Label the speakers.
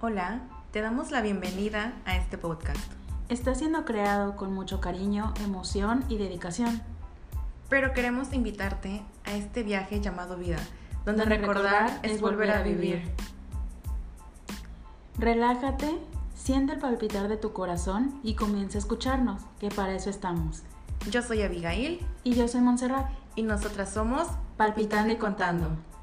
Speaker 1: Hola, te damos la bienvenida a este podcast.
Speaker 2: Está siendo creado con mucho cariño, emoción y dedicación.
Speaker 1: Pero queremos invitarte a este viaje llamado vida, donde, recordar, es volver a vivir.
Speaker 2: Relájate, siente el palpitar de tu corazón y comienza a escucharnos, que para eso estamos.
Speaker 1: Yo soy Abigail
Speaker 2: Y yo soy Montserrat,
Speaker 1: y nosotras somos
Speaker 2: palpitando y contando.